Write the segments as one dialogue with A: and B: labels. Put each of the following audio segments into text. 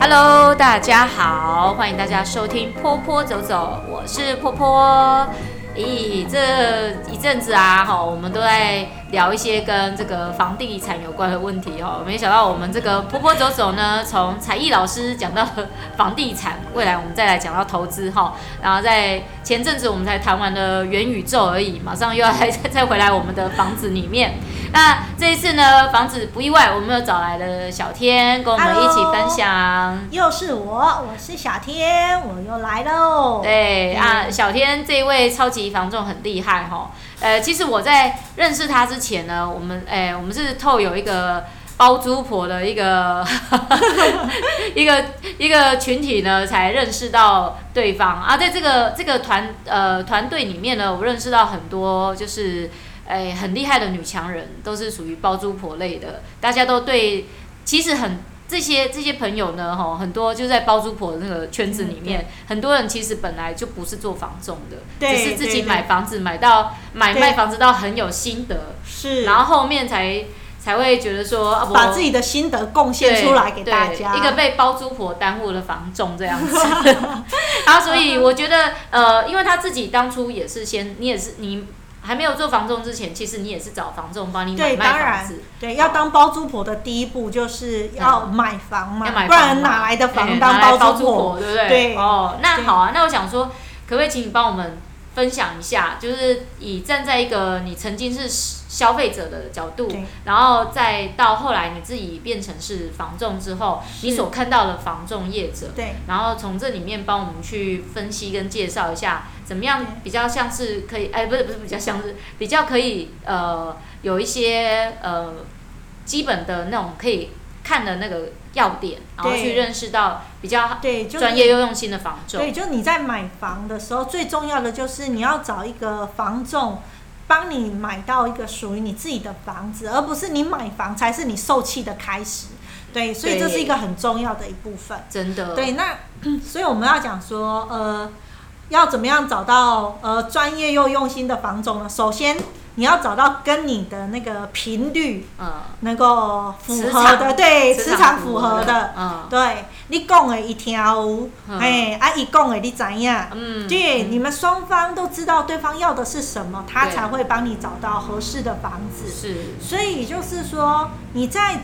A: Hello，大家好，欢迎大家收听坡坡走走，我是坡坡。咦，这一阵子啊，哈，我们都在聊一些跟这个房地产有关的问题哦。没想到我们这个坡坡走走呢，从才艺老师讲到了房地产，未来我们再来讲到投资哈。然后在前阵子我们才谈完了元宇宙而已，马上又要来再回来我们的房子里面。那这一次呢，房子不意外，我们又找来了小天跟我们一起分享。
B: 又是我，我是小天，我又来喽。
A: 对啊，
B: 嗯
A: 小天这一位超级房仲很厉害哈。呃，其实我在认识他之前呢，我们哎、我们是透有一个包租婆的一个 一个一个群体呢，才认识到对方啊。在这个这个团呃团队里面呢，我认识到很多就是哎、很厉害的女强人，都是属于包租婆类的，大家都对其实很。这些这些朋友呢，吼，很多就在包租婆那个圈子里面，很多人其实本来就不是做房仲的，
B: 嗯对
A: 只是自己
B: 对对
A: 买房子买到买
B: 对
A: 卖房子到很有心得，
B: 是，
A: 然后后面才才会觉得说，啊、我
B: 把自己的心得贡献出来给
A: 对
B: 大家。
A: 对一个被包租婆耽误了房仲这样子。 然后所以我觉得，呃，因为他自己当初也是先，你也是你还没有做房仲之前，其实你也是找房仲帮你买
B: 对，
A: 卖
B: 当
A: 房
B: 然
A: 子。，
B: 对，要当包租婆的第一步就是要买房嘛，
A: 要买
B: 不然
A: 房嘛
B: 哪来的
A: 哎
B: 房
A: 拿来
B: 当
A: 包
B: 包
A: 租
B: 租婆？
A: 婆，对不对？
B: 对
A: 哦，那
B: 对
A: 好啊，那我想说，可不可以请你帮我们分享一下，就是以站在一个你曾经是消费者的角度
B: 对，
A: 然后再到后来你自己变成是房仲之后，你
B: 是
A: 所看到的房仲业者，
B: 对，
A: 然后从这里面帮我们去分析跟介绍一下，怎么样比较像是可以，哎，不是不是比较像是比较可以呃有一些呃基本的那种可以看的那个要点，然后
B: 对
A: 去认识到比较
B: 对，就
A: 专业又用心的房
B: 对，
A: 仲。
B: 就你在买房的时候，最重要的就是你要找一个房仲，帮你买到一个属于你自己的房子，而不是你买房才是你受气的开始。对，所以这
A: 对
B: 是一个很重要的一部分。
A: 真的，
B: 对，那 所以我们要讲说，呃，要怎么样找到呃专业又用心的房仲呢？首先，你要找到跟你的那个频率
A: 嗯，
B: 能够符
A: 磁
B: 合
A: 场
B: 的，对，磁场符合的，，
A: 嗯
B: 对，你讲的一听有，
A: 嗯
B: 哎、啊，伊讲的你怎样？
A: 嗯，
B: 对，
A: 嗯
B: 你们双方都知道对方要的是什么，他
A: 对
B: 才会帮你找到合适的房子。
A: 是
B: 所以就是说，你在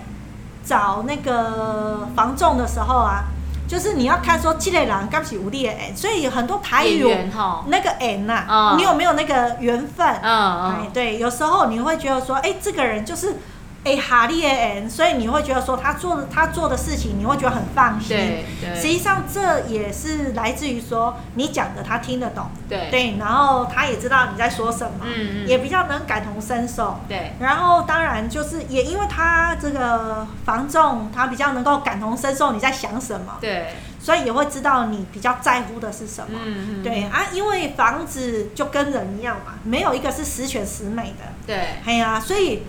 B: 找那个房仲的时候啊，就是你要看说这类人敢是无力的缘，所以有很多台
A: 演
B: 语有
A: 员哈，
B: 那个缘呐、
A: 嗯
B: 你有没有那个缘分？
A: 嗯
B: 哎
A: 嗯，，
B: 对，有时候你会觉得说，哎、这个人就是哎哈利的人，所以你会觉得说他做的他做的事情，你会觉得很放心。
A: 对对，
B: 实际上 这也是来自于说你讲的他听得懂，
A: 对
B: 对，然后他也知道你在说什么，
A: 嗯嗯
B: 也比较能感同身受。
A: 对
B: 然后当然就是也因为他这个房仲，他比较能够感同身受你在想什么，
A: 对，
B: 所以也会知道你比较在乎的是什么。
A: 嗯嗯嗯
B: 对啊，因为房子就跟人一样嘛，没有一个是十全十美的。
A: 对，
B: 哎呀、所以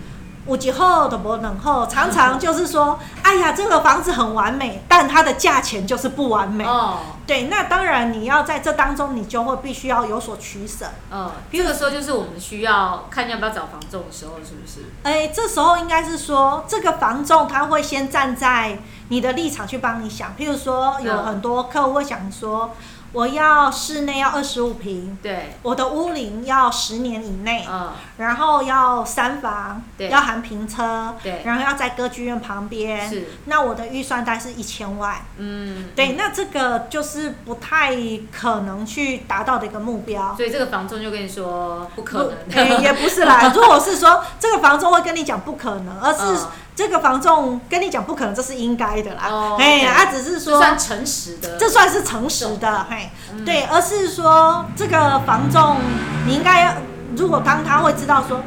B: 有一好的无两好，常常就是说，哎呀，这个房子很完美，但它的价钱就是不完美。
A: 哦。
B: 对，那当然你要在这当中，你就会必须要有所取舍。
A: 嗯，这个时候就是我们需要看要不要找房仲的时候，是不是？
B: 哎，这时候应该是说，这个房仲他会先站在你的立场去帮你想，譬如说有
A: 嗯
B: 很多客户会想说，我要室内要二十五平，
A: 对，
B: 我的屋龄要十年以内，
A: 嗯，
B: 然后要三房，
A: 对
B: 要含平车，
A: 对
B: 然后要在歌剧院旁边。
A: 是，
B: 那我的预算大概是一千万，
A: 嗯，
B: 对，那这个就是不太可能去达到的一个目标。
A: 所以这个房仲就跟你说不可能
B: 不哎诶也不是 啦。如果是说这个房仲会跟你讲不可能，而是
A: 嗯
B: 这个房仲跟你讲不可能，这是应该的
A: 哦
B: 啦。哎，
A: 对
B: 他只是
A: 就
B: 说
A: 算诚实的，
B: 这算是诚实的，嘿，对，而是说这个房仲，你应该要，如果当他会知道说，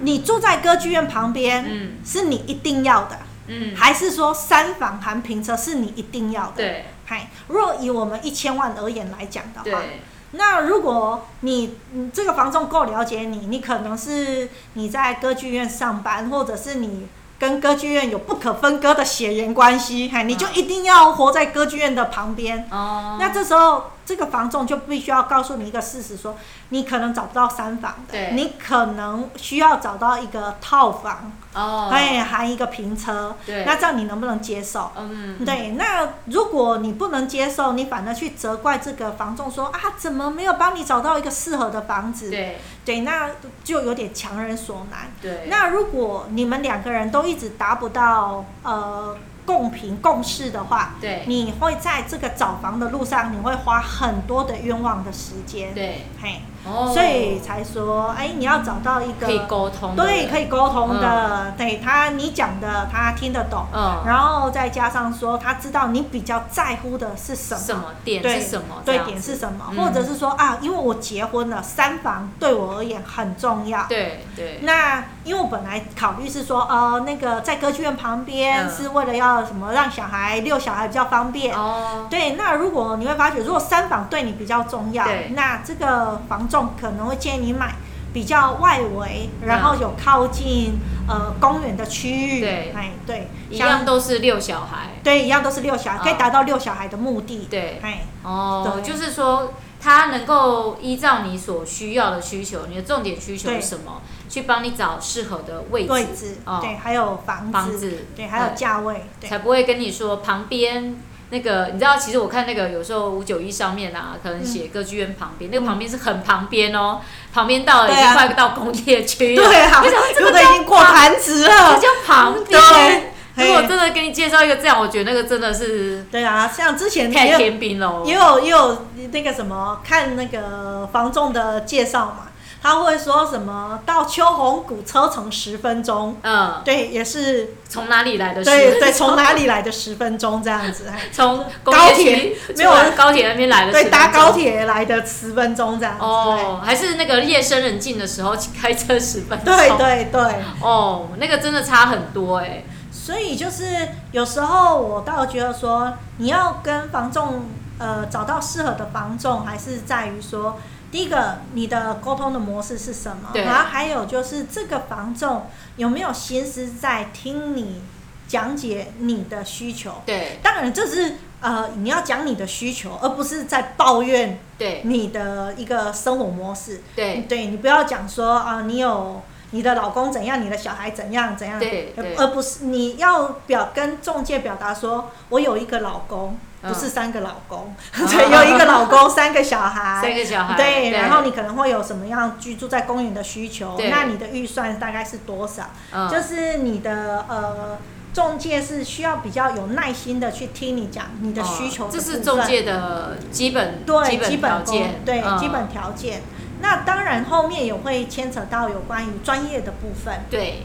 B: 你住在歌剧院旁边，
A: 嗯
B: 是你一定要的，
A: 嗯，
B: 还是说三房含平车是你一定要的？，
A: 对
B: 嘿，若以我们一千万而言来讲的话，
A: 对，
B: 那如果你你这个房仲够了解你，你可能是你在歌剧院上班，或者是你跟歌剧院有不可分
A: 嗯
B: 割的血缘关系，嘿，你就一定要活在歌剧院的旁边。
A: 哦，
B: 那这时候这个房仲就必须要告诉你一个事实说，你可能找不到三房的，
A: 对
B: 你可能需要找到一个套房，
A: 哦，
B: 哎、含一个平车，
A: 对，
B: 那这样你能不能接受？
A: 嗯，
B: 对，那如果你不能接受，你反而去责怪这个房仲说啊，怎么没有帮你找到一个适合的房子？
A: 对
B: 对那就有点强人所难。
A: 对，
B: 那如果你们两个人都一直达不到呃共频共识的话，
A: 对
B: 你会在这个找房的路上，你会花很多的冤枉的时间。
A: 对，
B: 嘿，
A: 哦，
B: 所以才说，哎，你要找到一个
A: 可以沟通的嗯
B: 对
A: 人，
B: 可以沟通的，对他你讲的他听得懂，
A: 嗯
B: 然后再加上说他知道你比较在乎的是什么。
A: 什么点
B: 对
A: 是什么？这
B: 对
A: 样
B: 点是什么，
A: 嗯
B: 或者是说啊，因为我结婚了，三房对我而言很重要。
A: 对对
B: 那因为我本来考虑是说，呃，那个在歌剧院旁边
A: 嗯
B: 是为了要什么，让小孩遛小孩比较方便。
A: 哦，
B: 对，那如果你会发觉，如果三房对你比较重要
A: 对，
B: 那这个房仲可能会建议你买比较外围，然后有靠近呃公园的区域。
A: 嗯对
B: 哎，对，
A: 一样都是六小孩，
B: 对，一样都是遛小孩，可以
A: 嗯
B: 达到遛小孩的目的。
A: 对
B: 哎，
A: 哦，
B: 对
A: 就是说他能够依照你所需要的需求，你的重点需求
B: 对
A: 是什么，去帮你找适合的位置，
B: 位置，
A: 哦
B: 对，还有房
A: 房
B: 子，
A: 子，
B: 对，还有
A: 嗯
B: 价位，对，
A: 才不会跟你说旁边那个，你知道，其实我看那个有时候五九一上面啊，可能写歌剧院旁边，那个旁边是很旁边哦，旁边到了已
B: 嗯对啊
A: 经快到工业区 了，
B: 对啊
A: 我想说，这
B: 有
A: 个
B: 的已
A: 叫
B: 经过盘子了
A: 这。叫旁边
B: 啊对。
A: 如果
B: 嘿
A: 真的给你介绍一个这样，我觉得那个真的是
B: 对啊，像之前也
A: 太
B: 有
A: 天兵哦喽。
B: 也有也有那个什么，看那个房仲的介绍嘛，他会说什么到秋红谷车程十分钟，
A: 嗯，
B: 对，也是
A: 从哪里来的？
B: 对对，从哪里来的十分钟这样子， 哎
A: 从工
B: 高
A: 业
B: 铁
A: 区
B: 没有啊
A: 出来高铁那边 来的，
B: 对，搭高。铁来的十分钟这样子，
A: 哦，还是那个夜深人静的时候开车十分钟。
B: 对对对，
A: 哦，那个真的差很多哎、
B: 欸所以就是有时候我倒觉得说，你要跟房仲呃找到适合的房仲，还是在于说，第一个你的沟通的模式是什么，
A: 对
B: 然后还有就是这个房仲有没有心思在听你讲解你的需求。
A: 对
B: 当然，这是呃你要讲你的需求，而不是在抱怨
A: 对
B: 你的一个生活模式。
A: 对
B: 对你不要讲说啊、你有你的老公怎样，你的小孩怎样怎样，
A: 对
B: 而
A: 对
B: 而不是你要表跟中介表达说，我有一个老公，
A: 嗯哦
B: 不是三个老公， 对，有一个老公， 三个小
A: 三
B: 孩。
A: 个小孩，
B: 对，然后你可能会有什么样居住在公园的需求？
A: 对
B: 那你的预算大概是多少？
A: 嗯
B: 就是你的呃，中介是需要比较有耐心的去听你讲你的需求
A: 哦
B: 的
A: 这是
B: 部
A: 中
B: 分
A: 介的基本
B: 对
A: 基本条
B: 功
A: 件，
B: 对、
A: 嗯
B: 基本条件。那当然后面也会牵扯到有关于专业的部分，
A: 对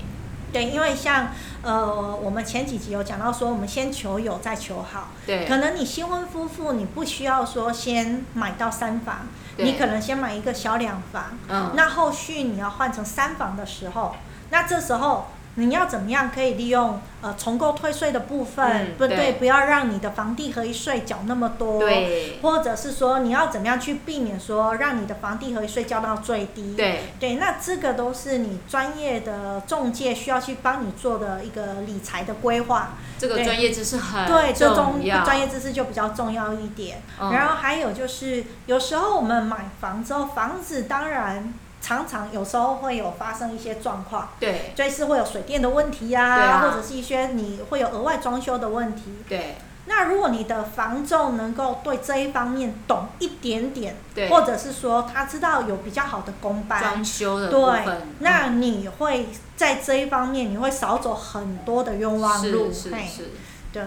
B: 对，因为像呃我们前几集有讲到说，我们先求有再求好，
A: 对
B: 可能你新婚夫妇你不需要说先买到三房，
A: 对
B: 你可能先买一个小两房，
A: 嗯
B: 那后续你要换成三房的时候，那这时候。你要怎么样可以利用呃重购退税的部分，
A: 嗯
B: 不
A: 对
B: 对，不要让你的房地合一税缴那么多，
A: 对
B: 或者是说你要怎么样去避免说让你的房地合一税交到最低？
A: 对
B: 那这个都是你专业的中介需要去帮你做的一个理财的规划。
A: 这个
B: 对
A: 专业知识很
B: 对，这中
A: 呃重要，
B: 专业知识就比较重要一点。
A: 嗯
B: 然后还有就是，有时候我们买房之后，房子当然常常有时候会有发生一些状况。
A: 对
B: 就是会有水电的问题呀、
A: 对啊
B: 或者是一些你会有额外装修的问题。
A: 对
B: 那如果你的房仲能够对这一方面懂一点点，
A: 对
B: 或者是说他知道有比较好的公班，
A: 装修的部
B: 对
A: 分，，
B: 那你会在这一方面你会少走很多的冤
A: 嗯
B: 枉路，
A: 是是
B: 嘿
A: 是，
B: 对。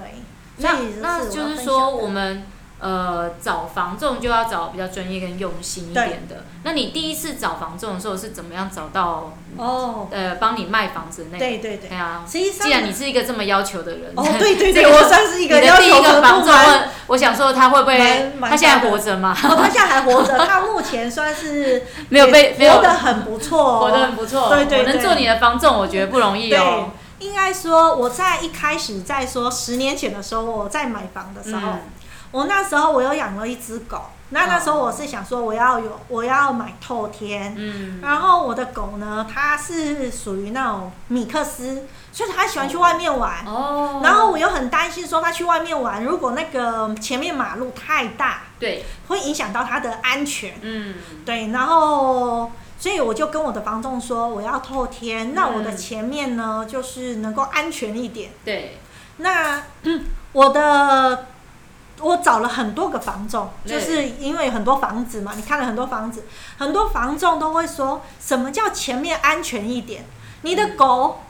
B: 所
A: 那
B: 以
A: 那
B: 这
A: 就是
B: 分
A: 说
B: 享的
A: 我们。呃，找房仲就要找比较专业跟用心一点的。那你第一次找房仲的时候是怎么样找到
B: 哦，
A: 呃帮你卖房子的那个？
B: 对对对
A: 对，啊，
B: 实际上
A: 既然你是一个这么要求的人，
B: 哦，对对
A: 这
B: 对，
A: 个
B: 我算是一
A: 你
B: 个
A: 的
B: 要
A: 第
B: 求
A: 一个
B: 很
A: 房
B: 不
A: 仲
B: 满。
A: 问，我想说他会不会
B: 蛮蛮
A: 他现在
B: 大的
A: 活着吗？
B: 哦，他现在还活着，他目前算是
A: 没有被没有
B: 活得很不错、哦，
A: 活得很不错，
B: 对对
A: 我能
B: 对
A: 做你的房仲，我觉得不容易
B: 对
A: 哦。，
B: 应该说我在一开始在说十年前的时候，我在买房的时候，
A: 嗯
B: 我那时候我有养了一只狗，那那时
A: 哦
B: 候我是想说我要有我要买透天，
A: 嗯，
B: 然后我的狗呢，它是属于那种米克斯，所以它喜欢去外面玩。
A: 哦，
B: 然后我又很担心说它去外面玩，如果那个前面马路太大，
A: 对，
B: 会影响到它的安全。
A: 嗯，
B: 对，然后所以我就跟我的房东说我要透天，那我的
A: 嗯
B: 前面呢就是能够安全一点。
A: 对，
B: 那我的我找了很多个房仲，就
A: 对
B: 是因为有很多房子嘛，你看了很多房子，很多房仲都会说什么叫前面安全一点，你
A: 嗯
B: 的狗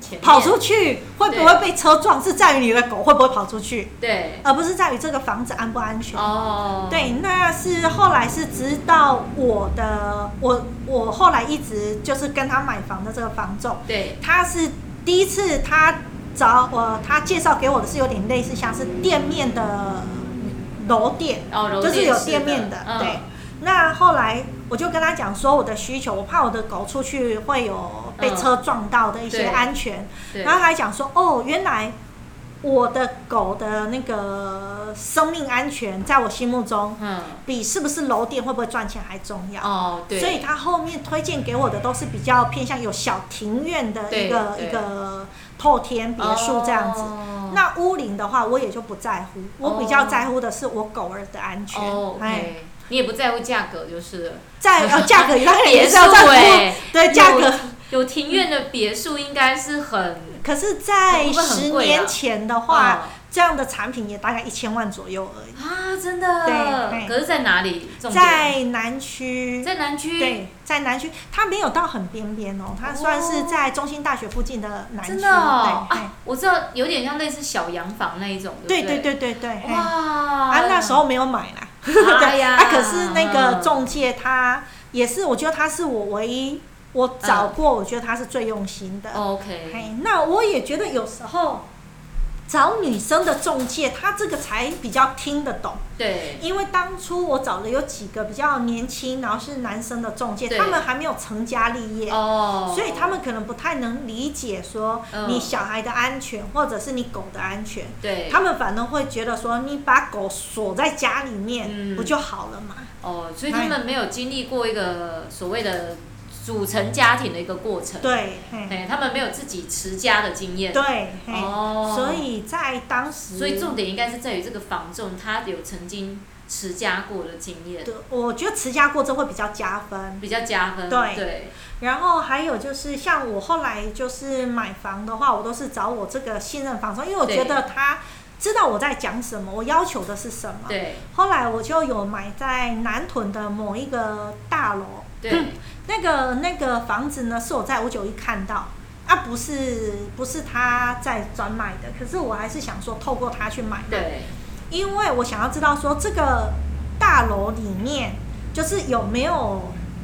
A: 前面
B: 跑出去会不
A: 对
B: 会被车撞，是在于你的狗会不会跑出去，
A: 对，
B: 而不是在于这个房子安不安全。
A: 哦，
B: 对，那是后来是直到我的我我后来一直就是跟他买房的这个房仲，
A: 对，
B: 他是第一次他找我、他介绍给我的是有点类似像是店面的楼店，
A: 哦，柔
B: 就是有
A: 电式
B: 店面的，
A: 嗯
B: 对。那后来我就跟他讲说我的需求，我怕我的狗出去会有被车撞到的一些
A: 对
B: 安全，
A: 对，
B: 然后他还讲说哦，原来我的狗的那个生命安全在我心目中
A: 嗯，
B: 比是不是楼店会不会赚钱还重要。
A: 哦，对，
B: 所以他后面推荐给我的都是比较偏向有小庭院的一个
A: 对对
B: 一个透天别墅这样子。
A: 哦
B: 那屋龄的话，我也就不在乎，我比较在乎的是我狗儿的安全。
A: 哦
B: 哎，
A: ，OK，你也不在乎价格，就是 了
B: 在呃价格当然也是要
A: 别
B: 在
A: 墅
B: 乎，
A: 欸
B: 对价格。
A: 有庭院的别墅应该是很
B: 可是，在
A: 会不会很
B: 十
A: 贵啊嗯
B: 年前的话，这样的产品也大概一千万左右而已。
A: 啊，真的。
B: 对对哎
A: 可是在哪里？重点
B: 在南区，
A: 在南区。
B: 对，在南区，它没有到很边边哦，它算是
A: 哦
B: 在中心大学附近的南区。
A: 真的哦
B: 对嘿
A: 啊，我知道，有点像类似小洋房那一种，
B: 对
A: 不
B: 对
A: 对
B: 对对对，嘿
A: 哇！
B: 啊
A: 啊
B: 那时候没有买啦，
A: 哎
B: 对，
A: 呀
B: 啊可是那个
A: 嗯
B: 中介他也是，我觉得他是我唯一
A: 嗯
B: 我找过，我觉得他是最用心
A: 哦
B: 的。
A: OK，
B: 嘿，那我也觉得有时候找女生的中介，他这个才比较听得懂，
A: 对
B: 因为当初我找了有几个比较年轻，然后是男生的中介，
A: 对
B: 他们还没有成家立业。
A: 哦，
B: 所以他们可能不太能理解说
A: 嗯
B: 你小孩的安全，或者是你狗的安全。
A: 对
B: 他们反而会觉得说，你把狗锁在家里面
A: 嗯
B: 不就好了嘛？
A: 哦，所以他们没有经历过一个所谓的组成家庭的一个过程，
B: 对，嘿，
A: 哎，他们没有自己持家的经验，
B: 对，嘿，
A: 哦，
B: 所以在当时，
A: 所以重点应该是在于这个房仲他有曾经持家过的经验，
B: 对我觉得持家过这会比较加分。
A: 比较加分。
B: 对
A: 对
B: 然后还有就是，像我后来就是买房的话，我都是找我这个信任房东，因为我觉得他知道我在讲什么，我要求的是什么。
A: 对
B: 后来我就有买在南屯的某一个大楼，
A: 对
B: 那个那个房子呢，是我在五九一看到，啊，不是不是他在转卖的，可是我还是想说透过他去买嘛，
A: 对
B: 因为我想要知道说这个大楼里面就是有没有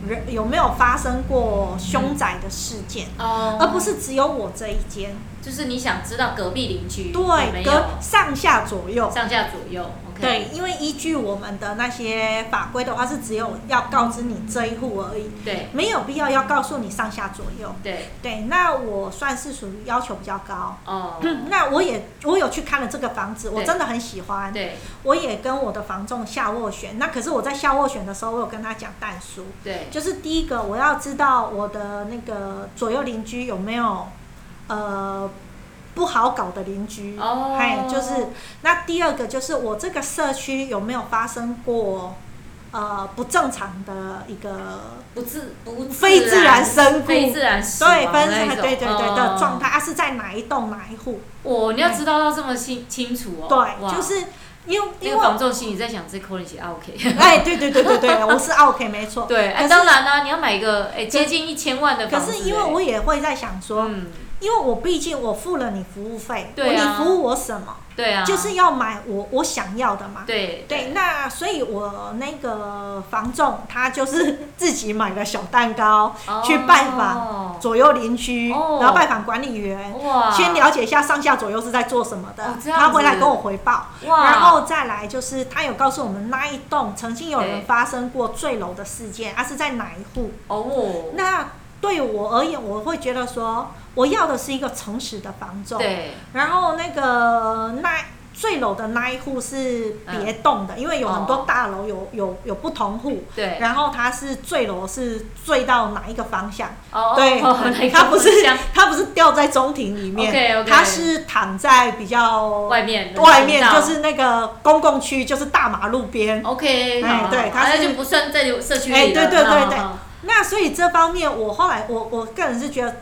B: 人有没有发生过凶宅的事件。
A: 哦，
B: 而不是只有我这一间，
A: 就是你想知道隔壁邻居有
B: 对，
A: 没
B: 隔
A: 有
B: 上下左右，
A: 上下左右，OK？
B: 对，因为依据我们的那些法规的话，是只有要告知你这一户而已，
A: 对
B: 没有必要要告诉你上下左右。
A: 对
B: 对，那我算是属于要求比较高。
A: 哦，
B: 那我也我有去看了这个房子，我
A: 对
B: 真的很喜欢。
A: 对
B: 我也跟我的房仲下斡旋。那可是我在下斡旋的时候，我有跟他讲淡叔，
A: 对
B: 就是第一个我要知道我的那个左右邻居有没有呃不好搞的邻居。
A: 哦，
B: 嗨，就是那第二个就是我这个社区有没有发生过呃不正常的一个
A: 不自不
B: 非自然身故
A: 非自然死亡
B: 对分
A: 那
B: 散
A: 一种
B: 对对对的
A: 哦
B: 状态，啊是在哪一栋哪一户？
A: 哦，你要知道到这么清清楚哦，
B: 对，
A: 哇
B: 就是因为
A: 那
B: 因
A: 个
B: 为
A: 房仲心里在想，这可能是啊 OK。
B: 哎，对对对对对，我是 OK 没错。
A: 对，
B: 哦
A: 哎，
B: 可是
A: 当然啦、你要买一个哎接近一千万的
B: 可
A: 房子、
B: 是因为
A: 哎
B: 我也会在想说，
A: 嗯，
B: 因为我毕竟我付了你服务费，
A: 对啊
B: 你服务我什么？
A: 对啊，
B: 就是要买我我想要的嘛。
A: 对
B: 对，那所以我那个房仲他就是自己买了小蛋糕，去拜
A: 访
B: 左右邻居，
A: 哦
B: 然后拜访管理员，
A: 哇，
B: 先了解一下上下左右是在做什么的，
A: 哦这样子
B: 他回来跟我回报，
A: 哇，
B: 然后再来就是他有告诉我们那一栋曾经有人
A: 对
B: 发生过坠楼的事件，啊是在哪一户？
A: 哦，
B: 那对我而言，我会觉得说我要的是一个诚实的房仲，
A: 对
B: 然后那个那。最楼的那一户是别栋的，因为有很多
A: 哦
B: 大楼有有有不同户，
A: 对，
B: 然后它是坠楼是坠到哪一个方向？
A: 哦，
B: 对
A: 对
B: 它不是它不是掉在中庭里面，
A: OK OK，
B: 它是躺在比较
A: 外面人
B: 外面，
A: 行道
B: 就是那个公共区，就是大马路边。
A: OK，
B: 哎
A: 好好
B: 对它
A: 那
B: 是
A: 就不算在社区
B: 哎
A: 里了，
B: 对对
A: 好
B: 对，对
A: 好好
B: 那所以这方面，我后来我我个人是觉得，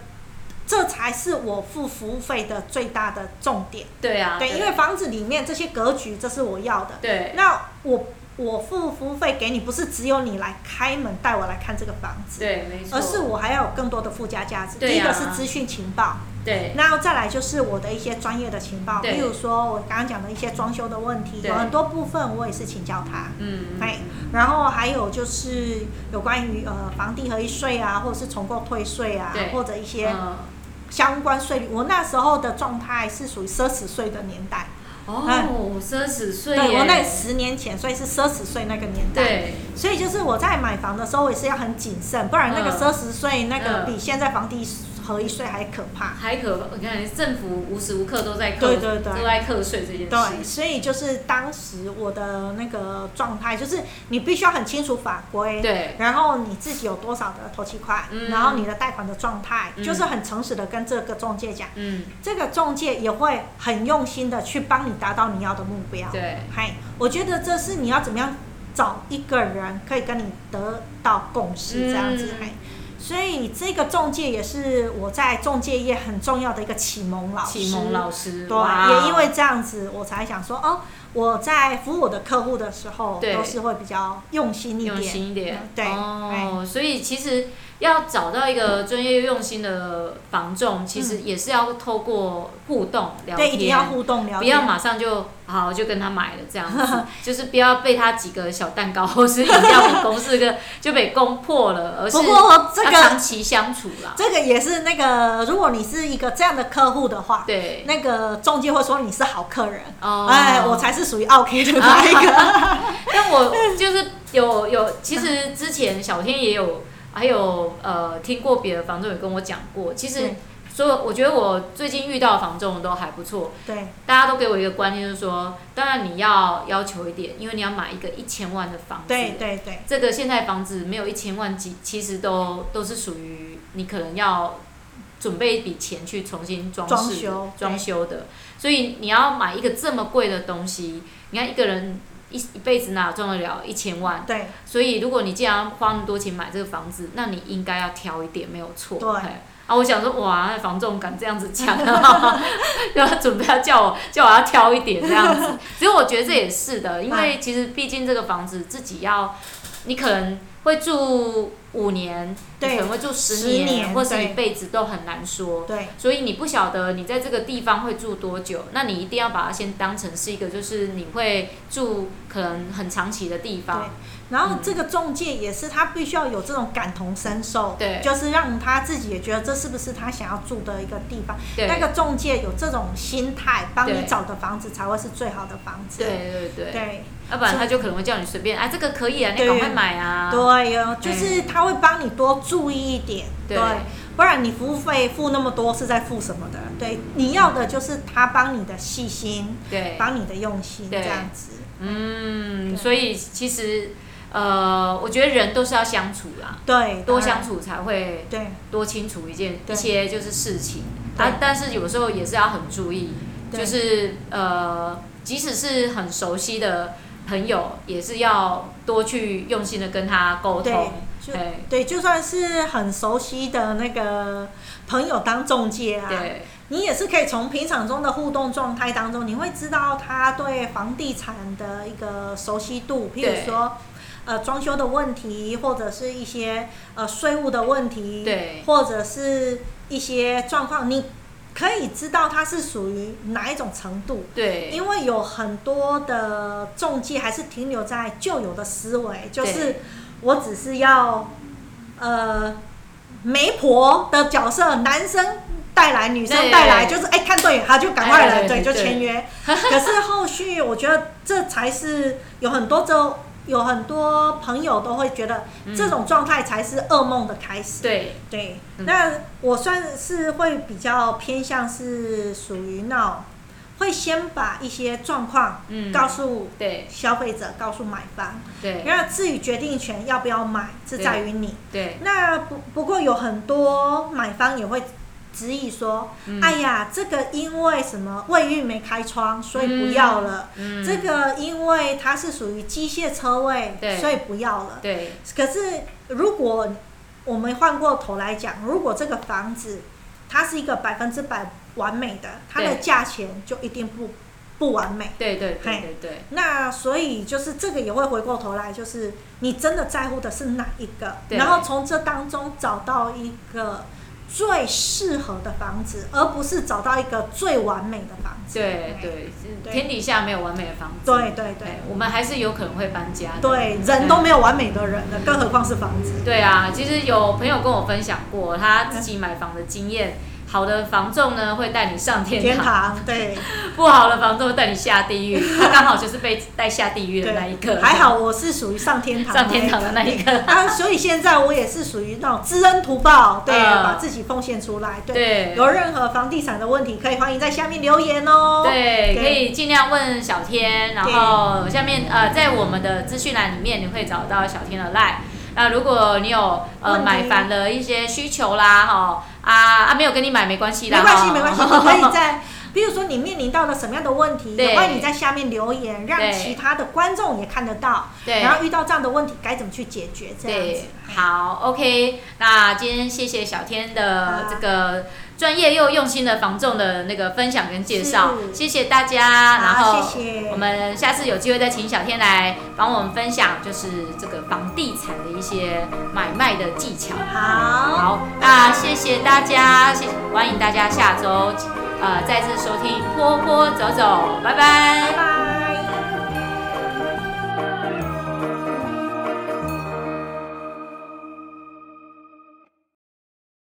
B: 这才是我付服务费的最大的重点。
A: 对啊，
B: 对，因为房子里面这些格局，这是我要的。
A: 对
B: 那我我付服务费给你，不是只有你来开门带我来看这个房子，
A: 对没错，
B: 而是我还要有更多的附加价值。
A: 对
B: 第一个
A: 啊
B: 是资讯情报，
A: 对
B: 然后再来就是我的一些专业的情报，
A: 对
B: 比如说我刚刚讲的一些装修的问题，
A: 对
B: 有很多部分我也是请教他。
A: 嗯
B: 哎，然后还有就是有关于呃房地合一税啊，或者是重购退税啊
A: 对，
B: 或者一些
A: 嗯
B: 相关税率。我那时候的状态是属于奢侈税的年代，
A: 哦，奢侈税
B: 哎对
A: 耶
B: 我那十年前，所以是奢侈税那个年代。
A: 对
B: 所以就是我在买房的时候，我也是要很谨慎，不然那个
A: 嗯
B: 奢侈税那个
A: 嗯
B: 比现在房地合一税还可怕。
A: 还可，你看政府无时无刻都在扣，
B: 对对对
A: 都在扣税这件
B: 对，
A: 事。
B: 所以就是当时我的那个状态，就是你必须要很清楚法规，
A: 对
B: 然后你自己有多少的头期款，
A: 嗯
B: 然后你的贷款的状态，
A: 嗯
B: 就是很诚实的跟这个中介讲，
A: 嗯，
B: 这个中介也会很用心的去帮你达到你要的目标。
A: 对，
B: 嗨，我觉得这是你要怎么样找一个人可以跟你得到共识这样子，
A: 嗯
B: 嗨、所以这个中介也是我在中介业很重要的一个启蒙老师。
A: 启蒙老师，
B: 对
A: 哇哦
B: 啊，也因为这样子，我才想说哦，我在服务我的客户的时候，
A: 对
B: 都是会比较用心一
A: 用
B: 点。
A: 心一点
B: 嗯，对
A: 哦，所以其实要找到一个专业用心的房仲，其实也是要透过互动聊
B: 嗯对，一定要
A: 天。
B: 互动聊
A: 不
B: 天。
A: 要马上就好就跟他买了这样子， 就是不要被他几个小蛋糕或是饮料品公司个就被攻破了，而是
B: 不过这
A: 要
B: 个
A: 长期相处啦。
B: 这个也是那个，如果你是一个这样的客户的话，
A: 对，
B: 那个中介会说你是好客人，
A: 哦，
B: 哎，我才是属于 OK 的那一 个。
A: 但我就是有有，其实之前小天也有，还有呃听过别的房仲有跟我讲过，其实
B: 对
A: 所以我觉得我最近遇到的房仲都还不错，
B: 对
A: 大家都给我一个观念，就是说，当然你要要求一点，因为你要买一个一千万的房子，
B: 对对对
A: 这个现在房子没有一千万，其其实都都是属于你可能要准备一笔钱去重新装
B: 装
A: 饰的
B: 修
A: 装修的，所以你要买一个这么贵的东西，你看一个人一一辈子哪赚得了一千万？
B: 对
A: 所以如果你既然要花那么多钱买这个房子，那你应该要挑一点，没有错。
B: 对
A: 嘿。啊，我想说，哇，那房仲敢这样子讲、 啊，然后准备要叫我叫我要挑一点这样子。 其实我觉得这也是的，因为其实毕竟这个房子自己要，你可能会住五年，你
B: 对
A: 可能会住十
B: 十
A: 年，
B: 年
A: 或是
B: 对
A: 一辈子都很难说。
B: 对
A: 所以你不晓得你在这个地方会住多久，那你一定要把它先当成是一个，就是你会住可能很长期的地
B: 对
A: 方。。
B: 然后这个中介也是，他必须要有这种感同身受，
A: 对
B: 就是让他自己也觉得这是不是他想要住的一个地方。
A: 对
B: 那个中介有这种心态，帮
A: 对
B: 你找的房子才会是最好的房子。
A: 对对对，
B: 对
A: 要不然他就可能会叫你随便，啊，这个可以啊，你
B: 对
A: 赶快买啊。
B: 对哦，就是他会帮你多注意一点，
A: 对
B: 对，不然你服务费付那么多是在付什么的？对，你要的就是他帮你的细心，
A: 对，
B: 帮你的用心
A: 对
B: 这样子。
A: 嗯，
B: 对
A: 所以其实呃，我觉得人都是要相处啦，
B: 对，
A: 多
B: 当然
A: 相处才会
B: 对
A: 多清楚一件一
B: 对
A: 些就是事情
B: 对
A: 啊，但是有时候也是要很注意，
B: 对
A: 就是呃，即使是很熟悉的朋友，也是要多去用心的跟他沟
B: 对
A: 通，，
B: 就
A: 对
B: 对，就算是很熟悉的那个朋友当中介啊，
A: 对
B: 你也是可以从平常中的互动状态当中，你会知道他对房地产的一个熟悉度，譬
A: 对
B: 如说，呃，装修的问题，或者是一些呃税务的问题，，
A: 对
B: 或者是一些状况，你可以知道他是属于哪一种程度。
A: 对
B: 因为有很多的中介还是停留在旧有的思维，就是我只是要呃媒婆的角色，男生带来，女生
A: 对
B: 带来，就是哎、看对眼他就赶快
A: 哎
B: 来，
A: 对
B: 对，就
A: 对
B: 签约。可是后续我觉得这才是有很多周有很多朋友都会觉得
A: 嗯
B: 这种状态才是噩梦的开始。
A: 对，
B: 对，
A: 嗯
B: 那我算是会比较偏向是属于那种会先把一些状况
A: 嗯，
B: 告诉
A: 对
B: 消费者，告诉买方。
A: 对
B: 然后至于决定权要不要买，是在于你。
A: 对，
B: 那不不过有很多买方也会质疑说，
A: 嗯
B: 哎呀，这个因为什么卫浴没开窗，所以不要了。
A: 嗯，
B: 这个因为它是属于机械车位
A: 对，
B: 所以不要了。
A: 对
B: 可是如果我们换过头来讲，如果这个房子它是一个百分之百完美的，它的
A: 对
B: 价钱就一定不不完美。
A: 对对对
B: 嘿
A: 对对，
B: 那所以就是这个也会回过头来，就是你真的在乎的是哪一个，
A: 对
B: 然后从这当中找到一个最适合的房子，而不是找到一个最完美的房子。
A: 对对，是天底下没有完美的房子。
B: 对对对
A: 哎，我们还是有可能会搬家的。
B: 对，人都没有完美的人了，更何况是房子。
A: 对啊，其实有朋友跟我分享过他自己买房的经验，好的房仲呢会带你上天堂，
B: 天堂对
A: 不好的房仲会带你下地狱。他刚好就是被带下地狱的那一
B: 对，
A: 个，
B: 还好我是属于上天堂
A: 上天堂的那一个。
B: 啊，所以现在我也是属于那种知恩图报，对，
A: 嗯
B: 把自己奉献出来，对。
A: 对
B: 有任何房地产的问题，可以欢迎在下面留言哦。
A: 对，
B: 对
A: 可以尽量问小天，然后下面呃，在我们的资讯栏里面你会找到小天的 line。那如果你有呃
B: 问题
A: 买房的一些需求啦，哈啊啊没有跟你买没关系啦，
B: 没关系，
A: 哈
B: 没关系，你可以在， 比如说你面临到了什么样的问题，
A: 对
B: 也欢迎你在下面留言，让
A: 对
B: 其他的观众也看得到，
A: 对，
B: 然后遇到这样的问题该怎么去解决，这样
A: 对
B: 子。，
A: 好，OK，那今天谢谢小天的
B: 好
A: 这个专业又用心的防重的那个分享跟介绍，
B: 是
A: 谢谢大家。然
B: 好
A: 后
B: 谢谢
A: 我们下次有机会再请小天来帮我们分享，就是这个房地产的一些买卖的技巧。
B: 好
A: 好，那谢谢大家，谢欢迎大家下周呃再次收听波波走走，拜拜
B: 拜拜。